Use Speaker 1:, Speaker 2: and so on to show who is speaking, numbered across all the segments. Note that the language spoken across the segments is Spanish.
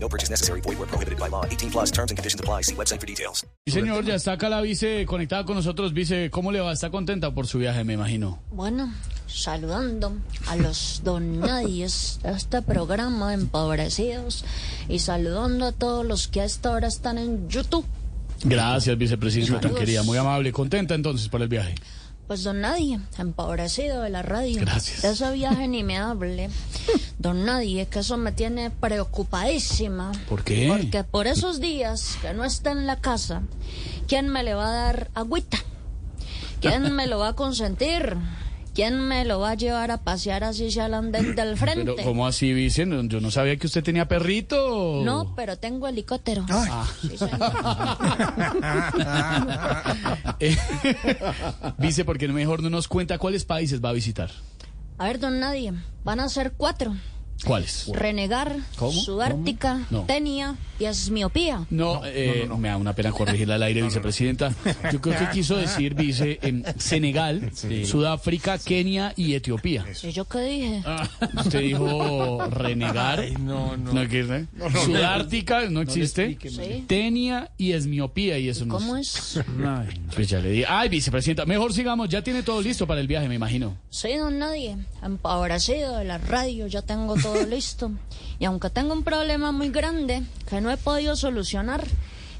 Speaker 1: No purchase necessary. Void where prohibited by law. 18 plus terms and conditions apply. See website for details.
Speaker 2: Sí, señor, ya está acá la vice conectada con nosotros. Vice, ¿cómo le va? Está contenta por su viaje, me imagino.
Speaker 3: Bueno, saludando a los donadies de este programa empobrecidos y saludando a todos los que a esta hora están en YouTube.
Speaker 2: Gracias, vicepresidenta, tan
Speaker 3: Saludos.
Speaker 2: querida. Muy amable. ¿Contenta entonces por el viaje?
Speaker 3: Pues don Nadie, empobrecido de la radio.
Speaker 2: Gracias.
Speaker 3: De ese viaje ni me hable. Don Nadie, que eso me tiene preocupadísima.
Speaker 2: ¿Por qué?
Speaker 3: Porque por esos días que no está en la casa, ¿quién me le va a dar agüita? ¿Quién me lo va a consentir? ¿Quién me lo va a llevar a pasear así sea al andén del frente?
Speaker 2: Pero, ¿cómo así, vice? No, Yo no sabía que usted tenía perrito.
Speaker 3: No, pero tengo helicóptero. Sí, señor.
Speaker 2: Eh, vice, ¿por qué no mejor no nos cuenta cuáles países va a visitar?
Speaker 3: A ver, don Nadie, van a ser cuatro.
Speaker 2: ¿Cuáles?
Speaker 3: Renegar,
Speaker 2: ¿Cómo?
Speaker 3: Subártica,
Speaker 2: No.
Speaker 3: Tenia y Asmiopía.
Speaker 2: No, eh, me da una pena corregirla al aire, vicepresidenta. Yo creo que quiso decir, vice, en Senegal, Sudáfrica, Kenia y Etiopía.
Speaker 3: ¿Y yo qué dije?
Speaker 2: Ah, Usted dijo renegar.
Speaker 4: No, no.
Speaker 2: No, ¿qué es, eh? Sudártica no, existe.
Speaker 3: explique,
Speaker 2: Tenia y esmiopía y eso no
Speaker 3: ¿Cómo es?
Speaker 2: Ay, pues ya le di. Ay, vicepresidenta, mejor sigamos. Ya tiene todo listo para el viaje, me imagino.
Speaker 3: Soy don Nadie, empobrecido de la radio, ya tengo todo listo. Y aunque tengo un problema muy grande que no he podido solucionar,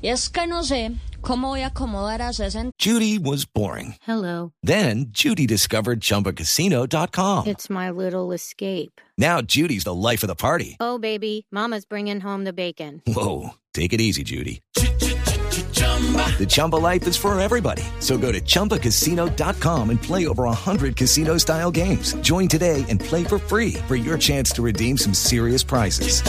Speaker 3: y es que no sé cómo voy a acomodar a 60
Speaker 1: Judy was boring.
Speaker 5: Hello.
Speaker 1: Then Judy discovered ChumbaCasino.com.
Speaker 5: It's my little escape.
Speaker 1: Now Judy's the life of the party.
Speaker 5: Oh, baby, Mama's bringing home the bacon.
Speaker 1: Whoa, take it easy, Judy. The Chumba life is for everybody. So go to ChumbaCasino.com and play over 100 casino style games. Join today and play for free for your chance to redeem some serious prizes.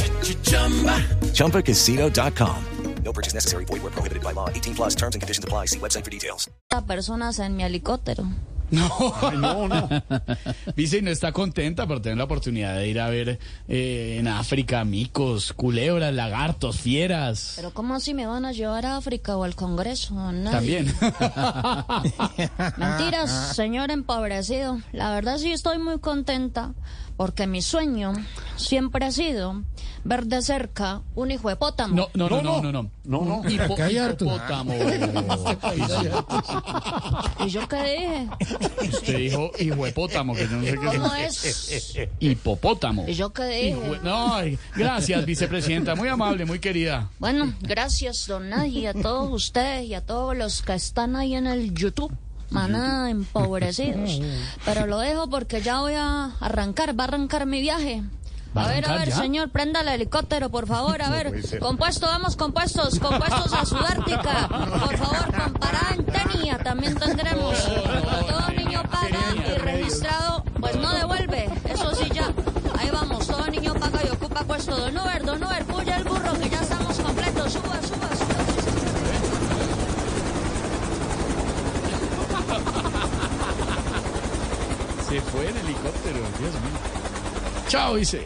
Speaker 1: ChumbaCasino.com. No purchase necessary. Void where prohibited by law. 18 plus terms and conditions apply. See website for details.
Speaker 3: personas en mi helicóptero.
Speaker 4: No, no.
Speaker 2: Vice no está contenta por tener la oportunidad de ir a ver eh, en África micos, culebras, lagartos, fieras.
Speaker 3: Pero ¿cómo así me van a llevar a África o al Congreso? don Nadie?
Speaker 2: También.
Speaker 3: Mentiras, señor empobrecido. La verdad sí estoy muy contenta porque mi sueño siempre ha sido ver de cerca un hijo de pótamo.
Speaker 2: No, no, no, no, no. No,
Speaker 4: No, no.
Speaker 2: Un hipo-
Speaker 4: Acá hay harto. Este
Speaker 2: hipopótamo.
Speaker 3: ¿Y yo qué
Speaker 2: Usted dijo hijuepótamo, que yo no sé
Speaker 3: dije?
Speaker 2: qué es.
Speaker 3: ¿Cómo es?
Speaker 2: Hipopótamo.
Speaker 3: ¿Y yo qué dije?
Speaker 2: Hijue- No, ay, gracias, vicepresidenta. Muy amable, muy querida.
Speaker 3: Bueno, gracias, don Nadie, y a todos ustedes y a todos los que están ahí en el YouTube. Maná, empobrecidos. Pero lo dejo porque ya voy a arrancar, va a arrancar mi viaje.
Speaker 2: ¿Va a
Speaker 3: A ver, a
Speaker 2: arrancar
Speaker 3: ver,
Speaker 2: ya?
Speaker 3: señor, prenda el helicóptero, por favor, a ver. Compuesto, vamos, compuestos, compuestos a Sudáfrica. Por favor, comparada en Tenia también tendremos. A todo niño paga y registrado, pues no devuelve. Eso sí, ya. Ahí vamos, todo niño paga y ocupa puesto. Don Uber, don Uber, puya el burro, que ya estamos completos. Suba, suba, suba.
Speaker 2: Se fue en helicóptero, Dios mío. Chao, dice.